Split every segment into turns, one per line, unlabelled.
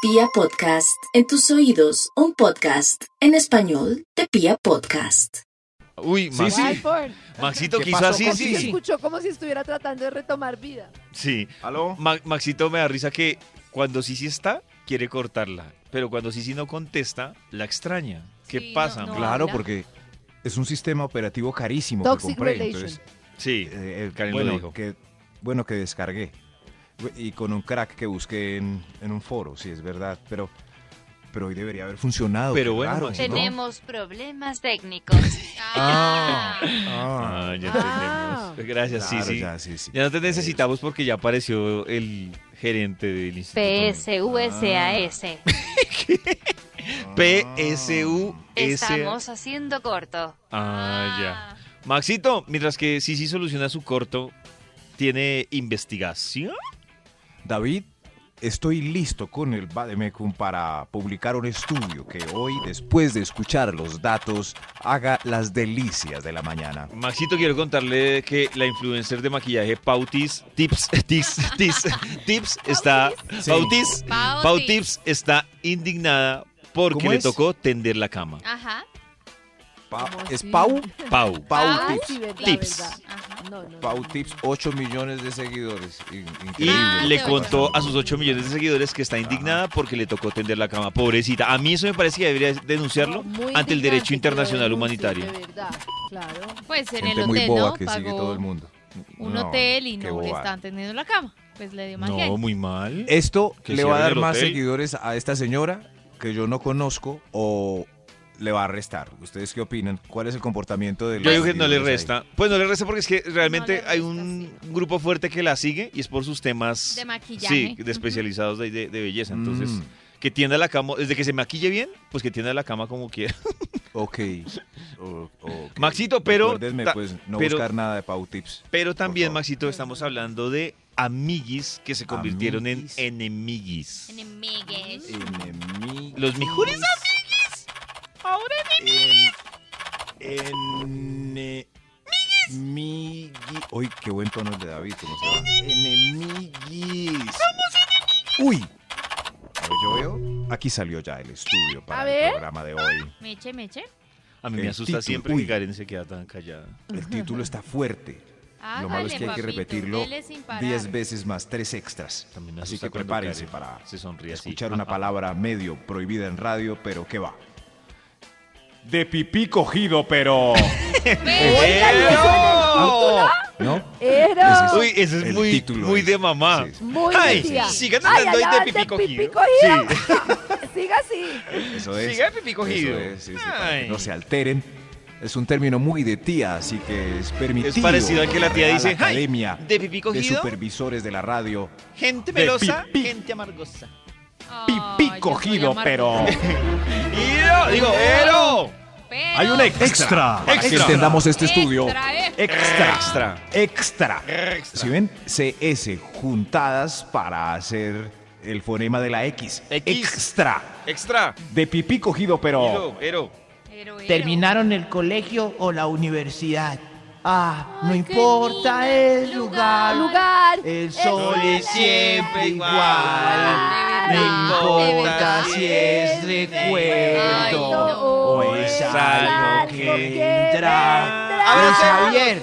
Pia Podcast, en tus oídos, un podcast en español de Pia Podcast.
Uy,
Sí,
Max-
sí.
Walford,
Maxito,
¿Qué
quizás
pasó
sí,
con
sí.
Titi?
se
Sí.
escuchó como si estuviera tratando de retomar vida.
¿Aló?
Ma- Maxito me da risa que cuando sí sí está, quiere cortarla. Pero cuando sí sí no contesta, la extraña. ¿Qué
Sí, no,
pasa?
no.
Max?
Claro,
habla.
porque es un sistema operativo carísimo
Toxic
que compré.
relation.
Entonces,
Sí.
eh, eh,
Karen lo
bueno,
dijo.
Que, bueno, que descargué. Bu- Y con un crack que busqué en, en un foro, si es verdad. Pero, pero hoy debería haber funcionado.
Pero
qué
bueno,
raro, ¿no?
Tenemos problemas técnicos.
Ah,
Ah, ah,
ya
Ah.
entendemos. Gracias,
claro,
sí, sí. Ya,
ya, sí, sí.
no te necesitamos porque ya apareció el gerente del instituto.
PSUSAS.
Ah.
PSU.
Estamos haciendo corto.
Ah, ya. Maxito, mientras que sí sí soluciona su corto, ¿tiene investigación?
David, estoy listo con el Bademecum para publicar un estudio que hoy, después de escuchar los datos, haga las delicias de la mañana.
Maxito, quiero contarle que la influencer de maquillaje Pautis Tips Tips Tips Tips está
Sí.
Pautis
Pau Tips.
Pautips está indignada porque
¿Cómo
le
es?
tocó tender la cama.
Ajá,
Pa-
¿Cómo
¿Es
así?
Pau?
Pau.
Pau
Pau
Tips.
Ah, Sí, verdad,
Tips.
verdad. No,
ajá.
no, no,
Pau
no.
Tips, 8 millones de seguidores. In-
Y
increíble.
Ah,
le
te voy a
contó a sus 8 millones de seguidores que está indignada porque le tocó tender la cama. Pobrecita. A mí eso me parece que debería denunciarlo
No, muy
ante el
indignante que
derecho
lo
internacional
denuncie,
humanitario.
De verdad, claro.
Pues en
Gente
el
muy
hotel,
boba
¿no?
que sigue
Pagó
todo el mundo.
un
No,
hotel y
qué
no le
boba.
están teniendo la cama. Pues le dio más bien.
muy mal.
Esto
Que
le va a
cierren
dar
el
más
hotel.
seguidores a esta señora que yo no conozco o le va a restar. ¿Ustedes qué opinan? ¿Cuál es el comportamiento de los
Yo digo que no le
seguidores ahí?
resta. Pues no le resta porque es que realmente
resta,
hay un grupo fuerte que la sigue y es por sus temas.
De maquillaje.
Sí, de especializados de, de- de belleza. Entonces,
Mm,
que tienda la cama, desde que se maquille bien, pues que tienda la cama como quiera.
ok. O- ok.
Maxito, pero-
Recuérdenme,
ta-
pues, no
pero-
buscar nada de Pau Tips.
Pero también,
favor.
Maxito, estamos hablando de amiguis que se convirtieron
Amiguis.
en enemiguis.
Enemigues.
Enemigos.
Los mejores
En, enemigui- Uy, qué buen tono el de David, ¿cómo se va? Enemiguis. Uy. A ver, yo veo. Aquí salió ya el estudio
A
para
ver.
el programa de hoy.
Meche, meche.
A mí me
El
asusta
título,
siempre
uy.
que Karen se queda tan callada.
El título está fuerte.
Hágale,
Lo malo es que hay que
papito,
repetirlo
dele sin parar.
10 veces más, tres extras.
También me
Así
asusta
que
cuando
prepárense
Karen
para
se sonríe así.
escuchar
Ah,
una
ah.
palabra medio prohibida en radio, pero que va.
De pipí cogido, pero.
¿No?
Era
Ese es
Uy, eso es
el
muy,
título
muy
es-
de mamá.
sí, sí.
muy
Ay,
tía.
sigan
Ay,
hablando
allá
ahí de
del
pipí cogido.
cogido. Siga así.
Eso es.
Siga de pipí cogido.
Eso es, sí, sí, para que
Ay.
no se alteren. Es un término muy de tía, así que es permitido.
Es parecido al que la tía
Real
dice, "Ay,
Academia
de pipí cogido".
supervisores de la radio.
Gente
De
melosa,
pipí.
gente amargosa.
Pipí cogido, pero.
¡Iro! Digo, ¡Ero!
Hay un extra. Extra.
Para que entendamos este estudio.
Extra.
Extra.
Extra. ¿Sí ven? CS juntadas para hacer el fonema de la X.
X.
Extra.
Extra.
De pipí cogido, pero.
Iro, Ero.
Terminaron el colegio o la universidad. Ah, no
Ay, qué
importa
lindo.
el lugar,
Lugar.
El sol
sol
es
es
siempre
igual.
igual.
De
No
verdad, de
importa
verdad.
si es
Ay,
recuerdo
no.
o es algo que vendrá.
vendrá.
Luis
Ah.
Javier,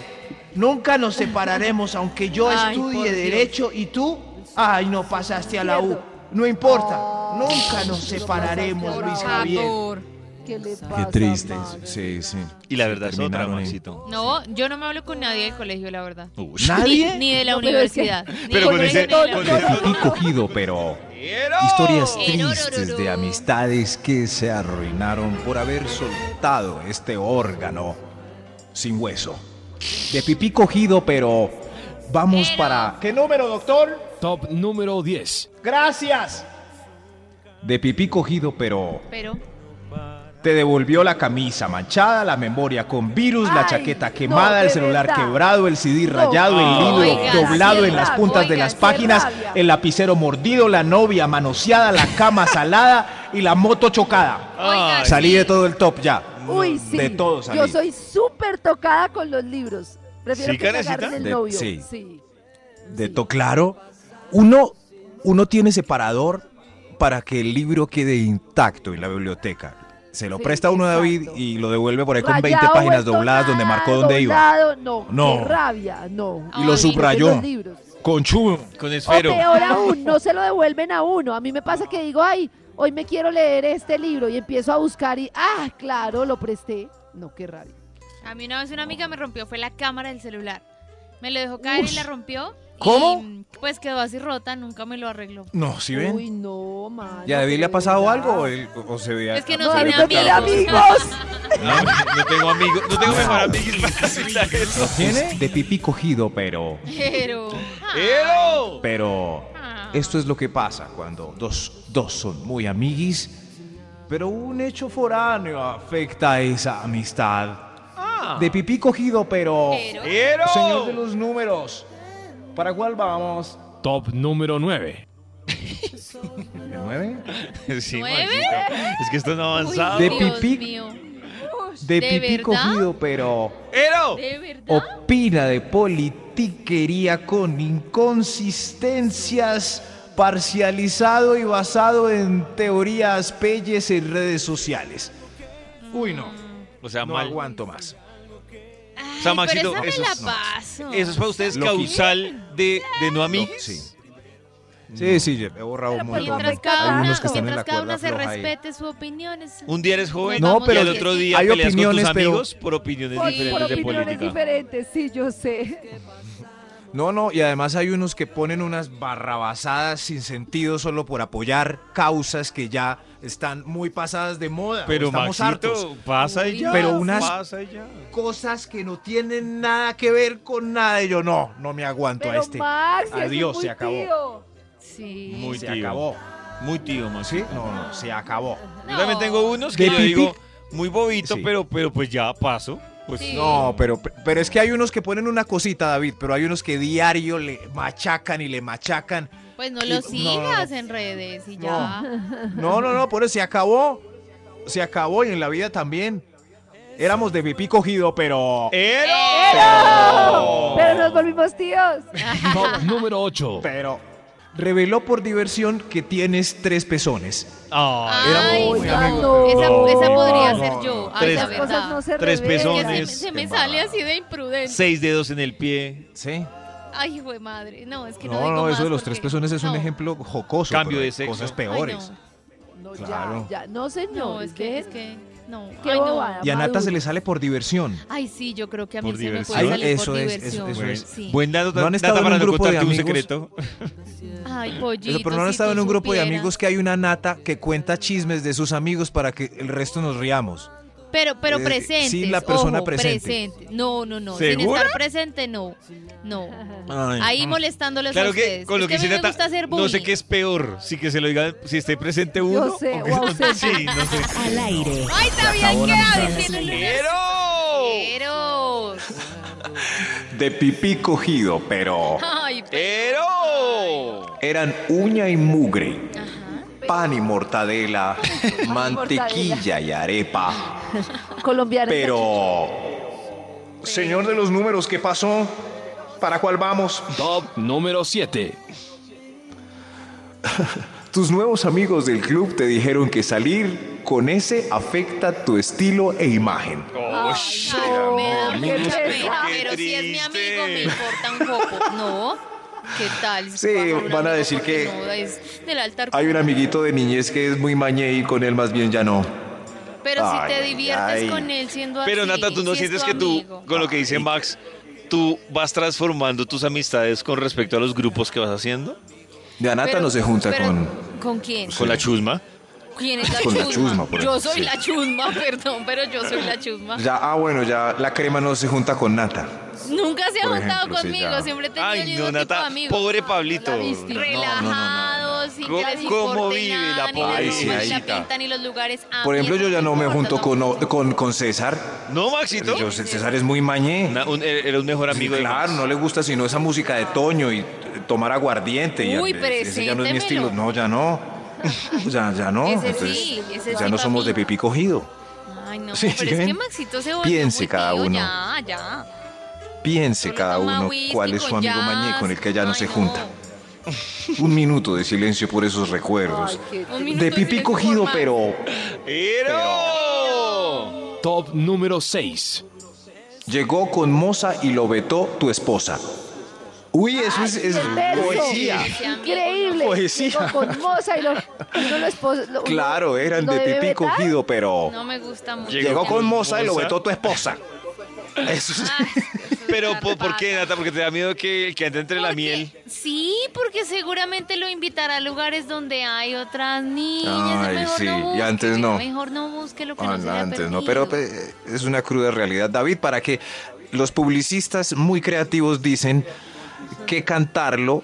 nunca nos separaremos aunque yo
Ay, por
estudie
Dios.
derecho y tú, ay, no pasaste a la U. No
Oh.
importa, nunca nos separaremos,
Por
Luis
Por
Javier.
favor.
¿Qué le pasa?
Qué triste.
madre?
Sí, sí.
Y la verdad es otra,
Terminaron ahí.
Maxito.
No, yo no me hablo con nadie del colegio, la verdad.
Uy.
¿Nadie?
Ni de la
No, pero es que-
universidad. ni
Pero
del
con ese-
colegio, ni de
con
la universidad.
Pipí cogido, pero.
¡Ero!
Historias
Erorororo.
tristes de amistades que se arruinaron por haber soltado este órgano sin hueso. De pipí cogido, pero vamos para...
¿Qué número, doctor?
Top número 10.
Gracias.
De pipí cogido, pero...
Pero,
Te devolvió la camisa manchada, la memoria con virus, la
Ay,
chaqueta
no,
quemada,
de
el celular
verdad.
quebrado, el CD
No.
rayado, el libro
Oiga,
doblado
qué
en las
rabia,
puntas de
oiga,
las
qué
páginas,
rabia.
el lapicero mordido, la novia manoseada, la cama salada y la moto chocada.
oiga,
Salí
sí.
de todo el top ya.
Uy, sí.
De todo salí.
Yo soy súper tocada con los libros. Prefiero
¿Sí,
que me
Karencita?
agarren el
De-
novio.
sí.
sí.
de to claro. Uno, uno tiene separador para que el libro quede intacto en la biblioteca. Se lo
Sí,
presta uno a David
exacto.
y lo devuelve por ahí con 20
Rayado,
páginas
vuelto
dobladas donde
nada,
marcó dónde iba.
doblado, No,
No.
qué rabia, no.
Y lo
Ay,
subrayó
Los libros.
con chu.
Con
O
esfero.
peor aún, no se lo devuelven a uno. A mí me pasa que digo, ay, hoy me quiero leer este libro y empiezo a buscar y, ah, claro, lo presté. No, qué rabia.
A mí una vez una amiga me rompió, fue la cámara del celular. Me lo dejó caer y la rompió.
¿Cómo?
Y, pues quedó así rota, nunca me lo arregló.
No, ¿sí ven?
Uy, no, man.
¿Y a David le ha pasado algo o, él- o se ve
Es que
No,
No
David
tiene
no tiene
amigos.
pues, amigos.
No, no tengo amigos, no tengo mejor amigos para decirle eso.
¿Tiene? De pipí cogido, pero...
Pero.
¡Ero!
Pero
Ah.
esto es lo que pasa cuando dos, dos son muy amiguis, pero un hecho foráneo afecta a esa amistad. De pipí cogido, pero...
Pero.
¡Ero!
Señor de los números. ¿Para cuál vamos?
Top número 9.
¿De nueve?
Sí,
¿Nueve?
Maxito, Es que esto no ha
Uy,
avanzado.
De
Oh, Dios
pipí.
mío.
De,
¿De
pipí
verdad?
cogido, pero...
¡Ero!
¿De verdad?
Opina de politiquería con inconsistencias, parcializado y basado en teorías, pelles y redes sociales. Uy, no,
O sea,
no
mal.
aguanto más.
Ay,
O sea, Maxito,
pero esa
eso
me la
es-
paso.
Eso es para ustedes
Lo quito.
causal de, de no amigos.
Sí. Sí, sí, yo he borrado un
pues,
montón.
mientras
de-
cada
hay
cada
uno-
una,
unos que están en la
mientras cada
cuerda
una se
floja ahí.
respete su opinión. es-
Un día eres joven
No,
y
pero
el otro día
hay
peleas
opiniones,
con tus
pero-
amigos por opiniones
Por,
diferentes
por
de
opiniones
política.
diferentes, sí, yo sé.
No, no, y además hay unos que ponen unas barrabasadas sin sentido solo por apoyar causas que ya están muy pasadas de moda. o
Pero
estamos hartos.
Maxito, pasa
Uy,
y ya.
pero unas-
Pasa y ya.
Cosas que no tienen nada que ver con nada. Y yo no, no me aguanto a
Pero
este.
Max, eso es
Adiós,
muy
se acabó.
tío.
Sí.
Muy
se
tío.
acabó.
Muy tío, Maxito.
Sí, no, no, se acabó.
Yo también
No.
tengo unos que
De
yo
pipí.
digo muy bobito,
Sí.
pero, pero pues ya paso. Pues
Sí.
No, pero, pero es que hay unos que ponen una cosita, David, pero hay unos que diario le machacan y le machacan.
Pues no lo
No,
sigas en redes y ya.
No, no, no, por eso se acabó. Se acabó y en la vida también. Éramos de pipí cogido, pero.
¡Ero!
Oh.
Pero nos volvimos tíos.
Top número 8.
Pero. Reveló por diversión que tienes tres pezones.
Ay,
Éramos
Ay,
muy
ya
amigos.
no.
Esa, esa
No,
podría
no,
ser
no,
yo.
no.
Ay, la
Las
Tres-
cosas no
verdad.
se
Tres
revelan.
Que se,
pezones.
me- se me
Qué
sale
embarrada.
así de imprudente.
seis dedos en el pie.
Sí.
Ay, hijo de madre. No, es que no.
No,
digo
no,
más
eso de los tres
porque-
pezones es un
no.
ejemplo jocoso.
Cambio
pero
de
hay
sexo.
Cosas
Ay,
peores.
Ay,
No,
Claro.
ya, ya. No,
no.
señor.
no, es que, es que. No.
Qué
Ay,
bobada.
no.
Y a Nata
Maduro.
se le sale por diversión.
Ay, sí, yo creo que a mí
Por
se me
diversión.
puede salir
Eso
por
es, eso-
diversión.
eso es.
Sí.
Buen dato,
¿No han
nata
estado en
para
un
no
grupo de
contarte un
amigos?
secreto.
Ay, pollito.
Eso, pero no han
si
estado
tú
en un grupo de
supieras.
amigos que hay una nata que cuenta chismes de sus amigos para que el resto nos riamos.
Pero, pero
Eh,
presentes.
sí, la persona
ojo,
presente.
No, no, no. Sin
¿Segura?
estar presente, no. No.
Ay.
Ahí molestándoles a
Claro que
ustedes.
con lo
es
que
que, a mí
dice
me
Nata,
gusta hacer bullying.
no sé qué es peor, si que se lo digan, si esté presente uno.
sé,
o que
o
no-
ausente.
Sí, no sé.
Al aire.
Ay, también queda diciendo
¡Ero!
Eros.
De pipí cogido, pero
Ay,
¡Ero!
eran uña y mugre,
ajá.
pan y mortadela, mantequilla y arepa,
Colombianos.
pero... Señor de los números, ¿qué pasó? ¿Para cuál vamos?
Top número 7.
Tus nuevos amigos del club te dijeron que salir con ese afecta tu estilo e imagen.
No, me da
qué
mucha pena,
pesar.
pero si es mi
Qué
amigo me
triste.
importa un poco. No, ¿qué tal?
Sí,
Cuando un
van a
amigo
decir
porque
que
no, es del altar.
Hay un amiguito de niñez que es muy mañé y con él más bien ya no.
Pero si
Ay,
te
ay,
diviertes
ay.
con él siendo
Pero
así.
Nata, tú no
si es
sientes
tu
que tú,
amigo.
con lo que dice Max, tú vas transformando tus amistades con respecto a los grupos que vas haciendo,
Ya Nata
Pero-
no se junta
pero-
con...
¿Con quién?
con la chusma.
¿Quién es la
con la
chusma?
chusma, por
yo
ejemplo,
soy
sí.
la chusma, perdón, pero yo soy la chusma.
Ya, ah, bueno, ya la crema no se junta con Nata.
Nunca se ha
Por
juntado
ejemplo, sí,
conmigo,
ya.
siempre he tenido el
Ay,
mismo
no,
tipo de
Nata,
amigos.
pobre Pablito.
relajados, sin que
¿Cómo-
les
cómo
importe
vive la
nada, ni
pobre
la ropa, ni la
viejita?
pinta, ni los lugares. A
Por
mí
ejemplo,
Ah,
yo
eso
ya
me
no me
importa,
junto con,
tampoco.
con, con César.
No, Maxito.
Yo- César es muy mañé.
Una- un- eh, era un mejor
Sí,
amigo de
claro,
Max.
no le gusta sino esa música de Toño y eh, tomar aguardiente. y-
Uy,
ese ya no es mi
preséntemelo.
estilo. No, ya no. Ya, ya no.
Ese
Entonces,
sí, ese
ya
sí
no
pa'
somos
mí.
de pipí cogido.
Ay, no,
Sí,
pero
¿sí
es que
ven?
Maxito se volvió
Piense
muy
cada
tío,
uno.
Ya, ya.
Piense
Solo
cada
toma
uno
whisky
cuál es su
con
amigo
jazz.
mañé con el que ya no
Ay,
se junta. Un minuto de silencio por esos recuerdos.
Un minuto
De pipí
silencio
cogido,
formal.
pero
¡Ero!
Top número 6.
llegó con moza y lo vetó tu esposa. Uy, eso es, es
verso!
poesía.
Increíble.
Poesía.
Llegó Con moza y lo, uno lo esposa. lo- uno
Claro, eran
lo
de
debe
pipí
vetar.
cogido, pero
No me gusta mucho.
llegó con moza y lo
moza.
vetó tu esposa. Eso es-
Ay, eso
Pero
está
¿por, por qué,
raro.
Nata? Porque te da miedo que, que ande entre la
Porque-
miel.
Sí, porque seguramente lo invitará a lugares donde hay otras niñas.
Ay,
mejor
sí,
no
y
busque,
antes
venga,
no.
Mejor no busque lo que
Ah,
no se
no,
le ha
antes no, pero
perdido.
pe- es una cruda realidad. David, para que los publicistas muy creativos dicen que cantarlo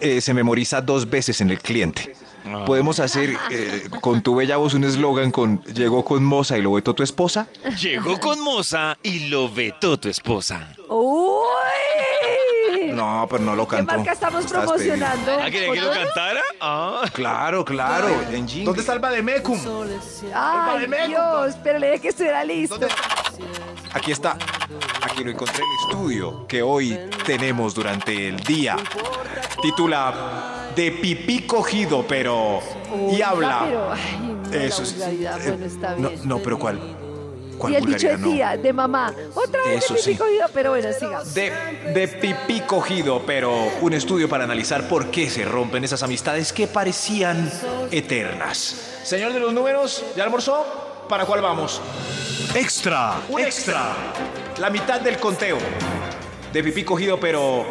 eh, se memoriza dos veces en el cliente. Podemos hacer eh, con tu bella voz un eslogan con llegó con moza y lo vetó tu esposa.
Llegó con moza y lo vetó tu esposa.
¡Uy!
No, pero no lo
¿Qué
cantó.
marca estamos
Estás
promocionando?
¿Ah, quería que lo cantara? Ah.
pedido. Claro, claro. en jingle.
¿Dónde está el Bademecum?
Ay, Dios, pero le dije que estuviera listo.
Aquí está. Aquí lo encontré en el estudio que hoy tenemos durante el día. Titula De pipí cogido, pero. Y
Oiga,
habla.
pero, ay, no, la
Eso es-
vulgaridad,
eh,
bueno, está
no,
bien.
no, pero ¿cuál? ¿Cuál
y el dicho de
vulgaridad? No.
tía, de mamá. Otra vez
Eso
de pipí
sí.
cogido, pero bueno, sigamos.
De, de pipí cogido, pero un estudio para analizar por qué se rompen esas amistades que parecían eternas.
Señor de los números, ¿ya almorzó? ¿Para cuál vamos?
Extra,
Un
extra. La mitad del conteo. De pipí cogido, pero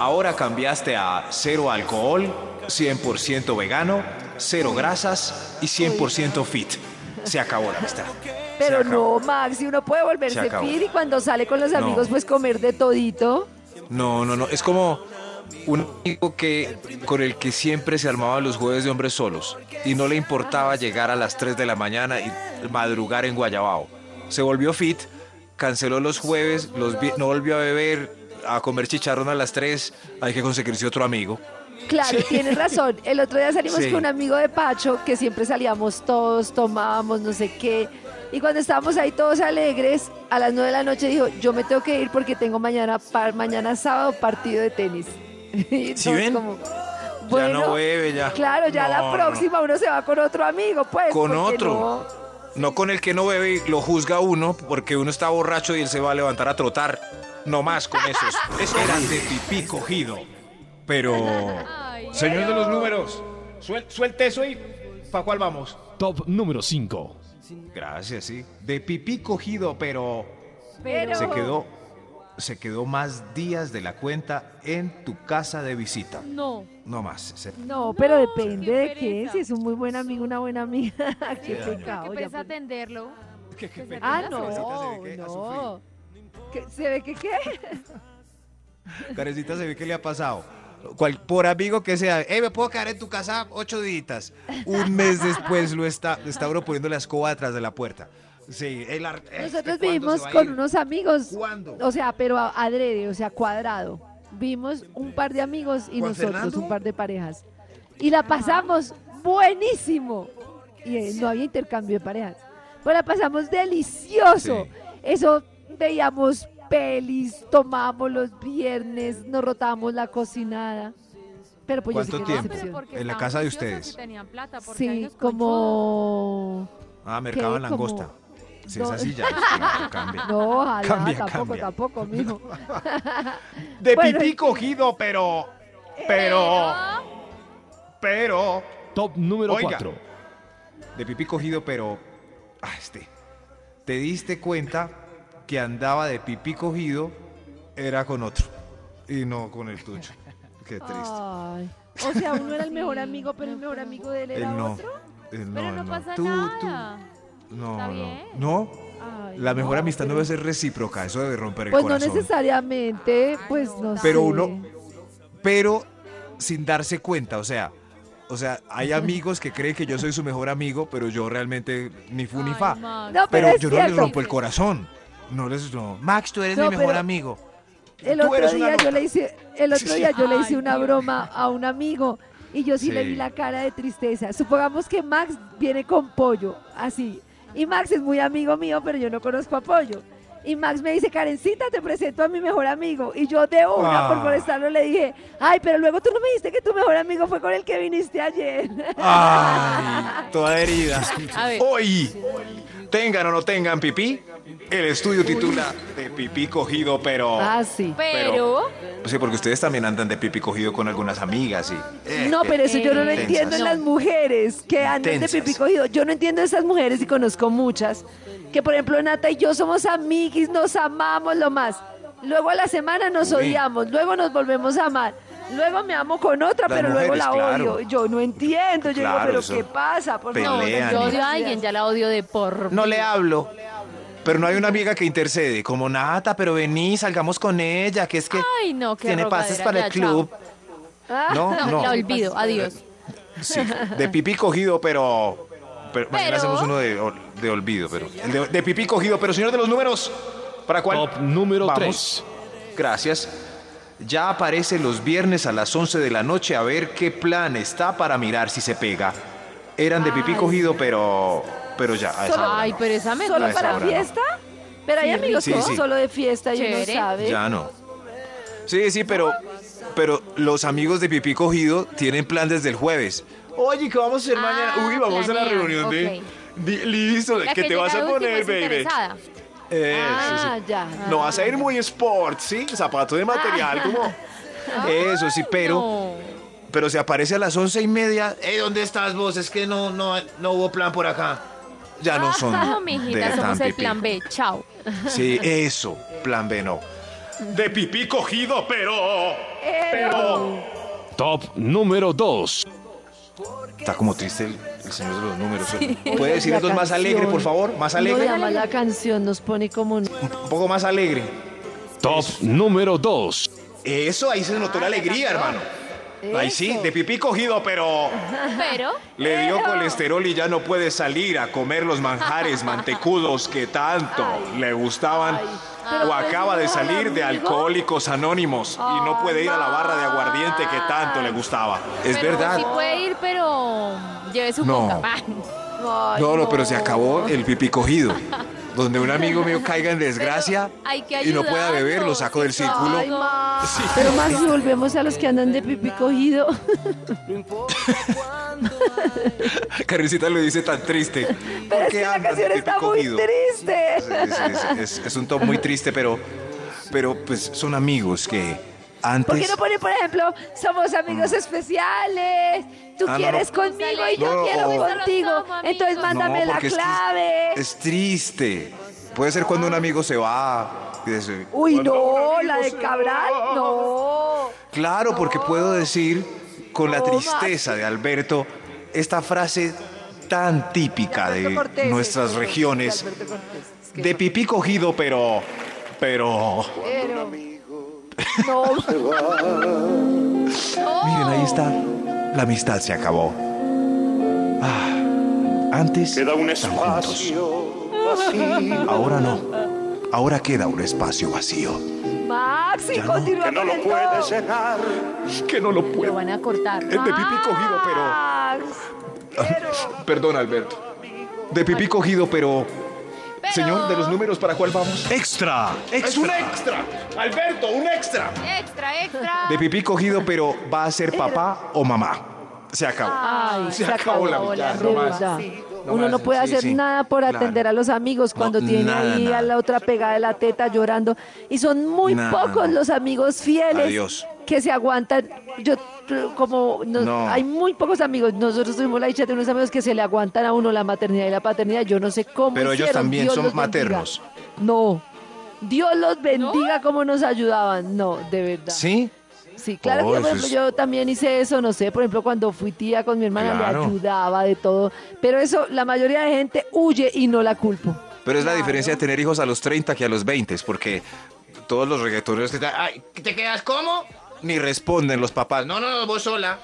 ahora cambiaste a cero alcohol, 100% vegano, cero grasas y 100% fit. Se acabó la amistad.
Pero
Se acabó.
no, Maxi, uno puede
Se
volverse
acabó.
fit y cuando sale con los amigos, pues comer de todito.
No, no, no. Es como un amigo que con el que siempre se armaba los jueves de hombres solos y no le importaba llegar a las 3 de la mañana y madrugar en Guayabao. Se volvió fit, canceló los jueves, los vi- no volvió a beber, a comer chicharrón a las 3. Hay que conseguirse otro amigo.
Claro, tienes razón. El otro día salimos
Sí.
con un amigo de Pacho que siempre salíamos todos, tomábamos no sé qué. Y cuando estábamos ahí todos alegres, a las 9 de la noche dijo, yo me tengo que ir porque tengo mañana, par- mañana sábado partido de tenis. Y
¿Sí
todos
ven?
como,
ya no bebe, ya.
Claro, ya
No,
la
no.
próxima uno se va con otro amigo, pues.
Con
porque
otro. No con el que no bebe y lo juzga uno porque uno está borracho y él se va a levantar a trotar. No más con esos. Eso era de pipí cogido. Pero.
Señor de los números, suel- suelte eso y ¿para cuál vamos?
Top número 5.
Gracias, sí. De pipí cogido, pero
no. Pero-
se quedó se quedó más días de la cuenta en tu casa de visita.
No.
No más. se-
No, pero depende
qué
de qué.
pereza.
Si es un muy buen amigo, una buena amiga. qué
Que
pecado. ya,
pesa
pues.
atenderlo.
Ah,
Las
no,
cositas
no. ¿Qué- ¿Se ve que qué?
Carecita se ve que le ha pasado. Cual- por amigo que sea, "Ey, me puedo quedar en tu casa ocho días. Un mes después lo está, está uno poniendo la escoba detrás de la puerta. Sí, el ar- este,
Nosotros
¿cuándo
vivimos
se va a
con
ir?
unos amigos.
¿Cuándo?
O sea, pero a- adrede, o sea, cuadrado. Vimos un par de amigos y
¿Juan
nosotros
Fernando?
un par de parejas. Y la pasamos buenísimo. Y eh, no había intercambio de parejas. Pues la pasamos delicioso.
Sí.
Eso veíamos pelis, tomábamos los viernes, nos rotábamos la cocinada. Pero pues yo sé
¿Cuánto
que no es
tiempo?
excepción.
En la casa de ustedes.
Sí, como...
Ah, mercado de
¿Qué? Como
langosta. Sí,
dos-
esa sí ya. sí, cambia.
No, ojalá,
Cambia,
tampoco,
cambia.
tampoco, mijo.
De
Bueno, eh,
pipí
y-
cogido, pero. Pero. Pero.
Top número
Oiga.
4.
de pipí cogido, pero. Ah, este. Te diste cuenta que andaba de pipí cogido, era con otro. Y no con el tuyo. Qué
Oh,
triste.
Ay, O sea, uno era el mejor amigo, pero el mejor amigo de él
Él
era
Eh, no.
otro.
él
Pero
él
no pasa
Tú, tú.
nada.
No,
Está
no.
bien.
No.
Ay,
La mejor
no,
amistad no
pero-
debe ser recíproca. Eso debe romper el
Pues no
corazón.
necesariamente, pues no sé.
Pero uno- pero sin darse cuenta, o sea, o sea, hay amigos que creen que yo soy su mejor amigo, pero yo realmente ni fu ni fa.
No, pero,
pero
es
yo no
cierto.
les rompo el corazón. No les no. Max, tú eres
No,
mi mejor
pero-
amigo.
El
Tú
otro
eres una
día yo
loca.
le hice, el otro día yo le
Ay,
hice una
Dios.
broma a un amigo y yo sí, le
Sí.
vi la cara de tristeza. Supongamos que Max viene con pollo, así. Y Max es muy amigo mío, pero yo no conozco a pollo. Y Max me dice, Karencita, te presento a mi mejor amigo. Y yo de una,
Ah.
por molestarlo, le dije, ay, pero luego tú no me dijiste que tu mejor amigo fue con el que viniste ayer.
Ay, toda herida.
A ver.
Hoy, tengan o no tengan pipí, el estudio titula De pipí cogido, pero...
Ah, sí.
Pero- Sí, porque ustedes también andan de pipí cogido con algunas amigas y... eh,
No,
eh,
pero eso yo no lo
Intensas.
entiendo en las mujeres que andan de
Intensas.
pipí cogido. Yo no entiendo esas mujeres y conozco muchas. Que por ejemplo, Nata y yo somos amiguis, nos amamos lo más. Luego a la semana nos odiamos, luego nos volvemos a amar. Luego me amo con otra,
Las
pero luego
mujeres,
la
claro.
odio. Yo no entiendo. Yo
Claro,
digo,
eso.
pero ¿qué pasa? Por favor,
Pelean
no
Yo
y-
odio a alguien, ya la odio de por.
No le hablo. Pero no hay una amiga que intercede, como Nata, pero vení, salgamos con ella, que es que
Ay, no, qué
tiene pases
rogadera,
para
ya,
el club.
Ah,
No,
No,
no.
La olvido, adiós.
Sí, de pipí cogido, pero. pero, más bien
Pero-
hacemos uno de, ol- de olvido, pero. el de, de pipí cogido, pero señor de los números, ¿para cuál?
Top número
Vamos.
3.
Gracias. Ya aparece los viernes a las 11 de la noche a ver qué plan está para mirar si se pega. Eran de pipí
Ay.
cogido, pero. Pero ya. a esa hora
Ay,
no.
pero esa me
¿Solo
A esa
para
hora no.
fiesta? Pero hay
Sí,
amigos
sí,
que son
sí.
solo de fiesta y uno
Chévere.
sabe.
Ya no. Sí, sí, pero, pero los amigos de Pipí Cogido tienen plan desde el jueves. Oye, ¿qué vamos a hacer
Ah,
mañana? Uy, vamos a la
planean,
reunión de...
ok.
Di- Listo,
La
¿qué te
llega
vas
de
a
última
poner,
es
baby?
interesada.
Eh, sí,
Ah,
sí.
ya.
No vas a ir muy sport, ¿sí? Zapato de material, como... Eso sí, pero,
Ah. No.
pero se aparece a las once y media. "Ey, ¿dónde estás vos? Es que no, no, no hubo plan por acá. Ya no son
Ah, No,
de
mijita,
tan
somos el
pipí.
plan B. Chao.
Sí, eso, plan B no. De pipí cogido, pero...
Top número 2.
Está como triste el, el señor de los números. ¿eh?
Oigan,
¿Puede
la
decirnos más alegre,
canción.
por favor? Más
No, y
alegre.
además la canción nos pone como... un-
Un poco más alegre.
Top número 2.
Eso, ahí se
Ah,
notó la alegría, hermano. Ahí sí, de pipí cogido, pero
Pero.
le dio colesterol y ya no puede salir a comer los manjares mantecudos que tanto le gustaban.
pero
o acaba de
pues, no,
salir de
amigo.
Alcohólicos Anónimos y no puede ir a la barra de aguardiente que tanto le gustaba. Es
pero
verdad.
Sí puede ir, pero lleve su
No.
coca.
Ay,
No, no, pero se acabó el pipí cogido. Donde un amigo mío caiga en desgracia
Pero hay que
y no pueda beber, lo
ayudarlo,
saco del
sí,
círculo.
claro.
Pero Max, si volvemos a los que andan de pipí cogido.
Carricita lo dice tan triste.
Pero
¿Por
es
qué
que la
andan de
canción
pipí
está muy
cogido?
triste.
Es, es- es- es un top muy triste, pero, pero pues son amigos que
¿Por qué
antes.
no pone, por ejemplo, somos amigos especiales? Tú
Ah, no,
quieres
no.
conmigo y
No,
yo
no,
quiero
o-
contigo.
Somos amigos.
Entonces mándame la
porque es que es-
clave.
Es, triste. Puede ser cuando un amigo se va. y dice,
Uy,
"Cuando un
no,
amigo
la de
se
Cabral,
va".
no.
Claro, porque puedo decir con la
No,
tristeza de Alberto esta frase tan típica de nuestras regiones. De pipí cogido, pero... Pero...
Pero- No,
Miren, ahí está. La amistad se acabó. Ah, antes estaban juntos. Ahora no. Ahora queda un espacio vacío.
Maxi,
Ya no.
continúa
que no
con
lo
el
puede
top.
llegar.
Que no lo
Lo
puedo.
van a cortar.
Es de pipí cogido, pero...
Max.
Perdón, Alberto. De pipí cogido, pero... Señor, de los números, ¿para cuál vamos?
Extra.
Es un extra. Alberto, un extra.
Extra, extra.
De pipí cogido, pero ¿va a ser papá o mamá? Se acabó.
Ay,
se acabó la
bola,
mitad,
de
no más.
verdad.
no
Uno
más,
no puede
sí,
hacer
sí,
nada por
claro.
atender a los amigos cuando
No,
tiene
nada,
ahí a
nada.
la otra pegada de la teta llorando. Y son muy
Nada,
pocos
no.
los amigos fieles
Adiós.
que se aguantan. Yo, tr- como nos-
No.
hay muy pocos amigos, nosotros tuvimos la dicha de unos amigos que se le aguantan a uno la maternidad y la paternidad. Yo no sé cómo.
Pero ellos
hicieron,
también
Dios
son
los bendiga.
maternos.
No. Dios los bendiga como nos ayudaban. No, de verdad.
¿Sí?
Sí, claro que
Oh,
yo, por
eso
ejemplo,
es-
yo también hice eso, no sé, por ejemplo, cuando fui tía con mi hermana
Claro.
le ayudaba de todo, pero eso la mayoría de gente huye y no la culpo.
Pero es la diferencia de tener hijos a los 30 que a los 20, porque todos los reggaetoneros que están... "Ay,
¿Te quedas como?
ni responden los papás, no,
No, no, no, vos sola.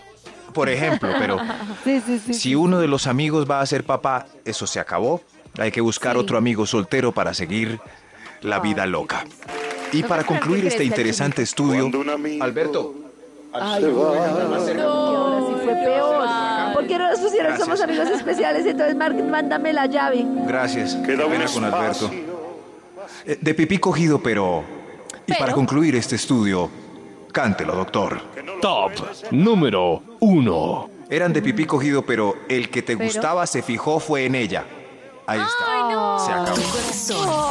por ejemplo, pero
Sí, sí, sí.
si uno de los amigos va a ser papá, eso se acabó. Hay que buscar otro amigo soltero para seguir la vida loca. Y
No
para
creo que
concluir este
crezca,
interesante estudio,
Cuando un amigo
Alberto,
Ay, no, ahora sí fue peor. ¿Por qué no nos pusieron
Gracias.
somos amigos especiales? Entonces, Mark, mándame la llave.
gracias.
Queda
Qué
un
pena con Alberto.
espacio
Eh, De pipí cogido, pero... Y para
Pero-
concluir este estudio, cántelo, doctor.
Top número 1.
Eran de pipí cogido, pero el que te
Pero-
gustaba se fijó fue en ella. Ahí está. Se acabó.
Corazón.